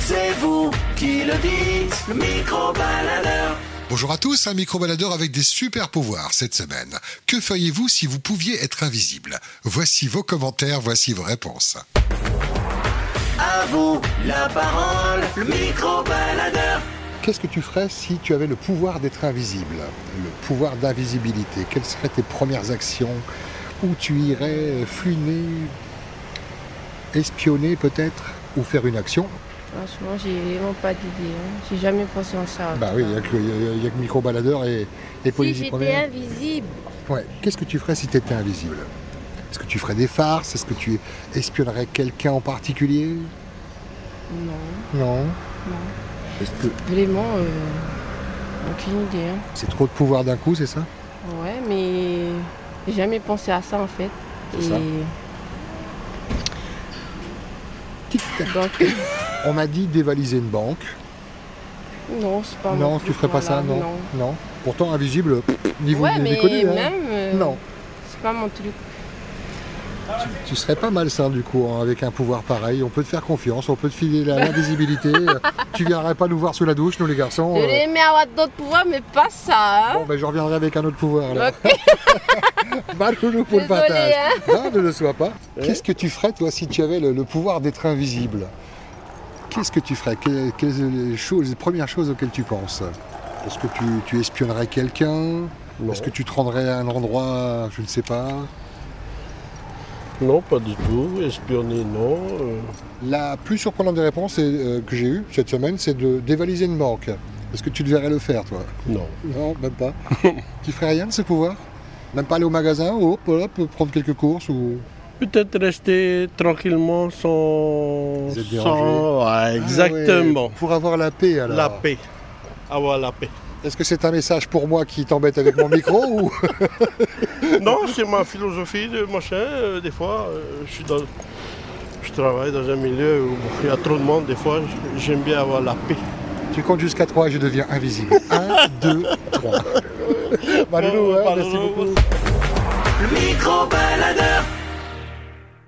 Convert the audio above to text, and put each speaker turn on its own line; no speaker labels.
c'est vous qui le dites, le micro-baladeur.
Bonjour à tous, un micro-baladeur avec des super pouvoirs cette semaine. Que feriez-vous si vous pouviez être invisible Voici vos commentaires, voici vos réponses.
À vous la parole, le micro-baladeur.
Qu'est-ce que tu ferais si tu avais le pouvoir d'être invisible Le pouvoir d'invisibilité Quelles seraient tes premières actions Où tu irais flâner Espionner peut-être Ou faire une action
Franchement, j'ai vraiment pas d'idée. hein. J'ai jamais pensé en ça. en
Bah
tout
oui,
cas.
il n'y a que, y a- y a que micro-baladeur et, et
Si
Polynésie
j'étais
Première.
invisible,
Ouais. Qu'est-ce que tu ferais si tu étais invisible Est-ce que tu ferais des farces Est-ce que tu espionnerais quelqu'un en particulier
Non,
Non.
non.
Est-ce que
Vraiment, euh, aucune idée. hein.
c'est trop de pouvoir d'un coup, c'est ça
Ouais, mais j'ai jamais pensé à ça en fait.
C'est ça. Tic-tac.
donc,
On m'a dit dévaliser une banque.
non, c'est pas mon
non, tu
truc,
ferais pas ça,
voilà,
non, Pourtant, invisible, ni vous
Ouais,
ni
mais
connu. hein.
même, euh,
Non.
c'est pas mon truc.
Tu serais pas malsain du coup, hein, avec un pouvoir pareil. On peut te faire confiance, on peut te filer la- l'invisibilité. euh, tu viendrais pas nous voir sous la douche, nous les garçons. euh.
J'aurais aimé avoir d'autres pouvoirs, mais pas ça.
Bon,
hein.
ben, je reviendrai avec un autre pouvoir. alors. Marche-nous pour le
Désolée,
partage.
hein.
Non, ne le sois pas. Qu'est-ce que tu ferais, toi, si tu avais le, le pouvoir d'être invisible Qu'est-ce que tu ferais Que- Quelles sont les, choses, les premières choses auxquelles tu penses Est-ce que tu, tu espionnerais quelqu'un
Non.
Est-ce que tu te rendrais à un endroit, je ne sais pas
Non, pas du tout. Espionner, non. Euh,
La plus surprenante des réponses c'est, euh, que j'ai eue cette semaine, c'est de dévaliser une banque. Est-ce que tu devrais le faire, toi
non.
Non, même pas. tu ferais rien de ce pouvoir Même pas aller au magasin, ou hop, hop, prendre quelques courses ou...
Peut-être rester tranquillement sans.
Vous êtes dérangé.
sans... Ouais, exactement.
Ah ouais, pour avoir la paix, alors.
La paix. Avoir la paix.
Est-ce que c'est un message pour moi qui t'embête avec mon micro ou
non, c'est ma philosophie de machin. Euh, Des fois, euh, je suis dans. Je travaille dans un milieu où il y a trop de monde. Des fois, j'aime bien avoir la paix.
tu comptes jusqu'à 3 et je deviens invisible 1, 2, 3. Malou, hein,
Malou,
merci beaucoup.
Le micro-baladeur.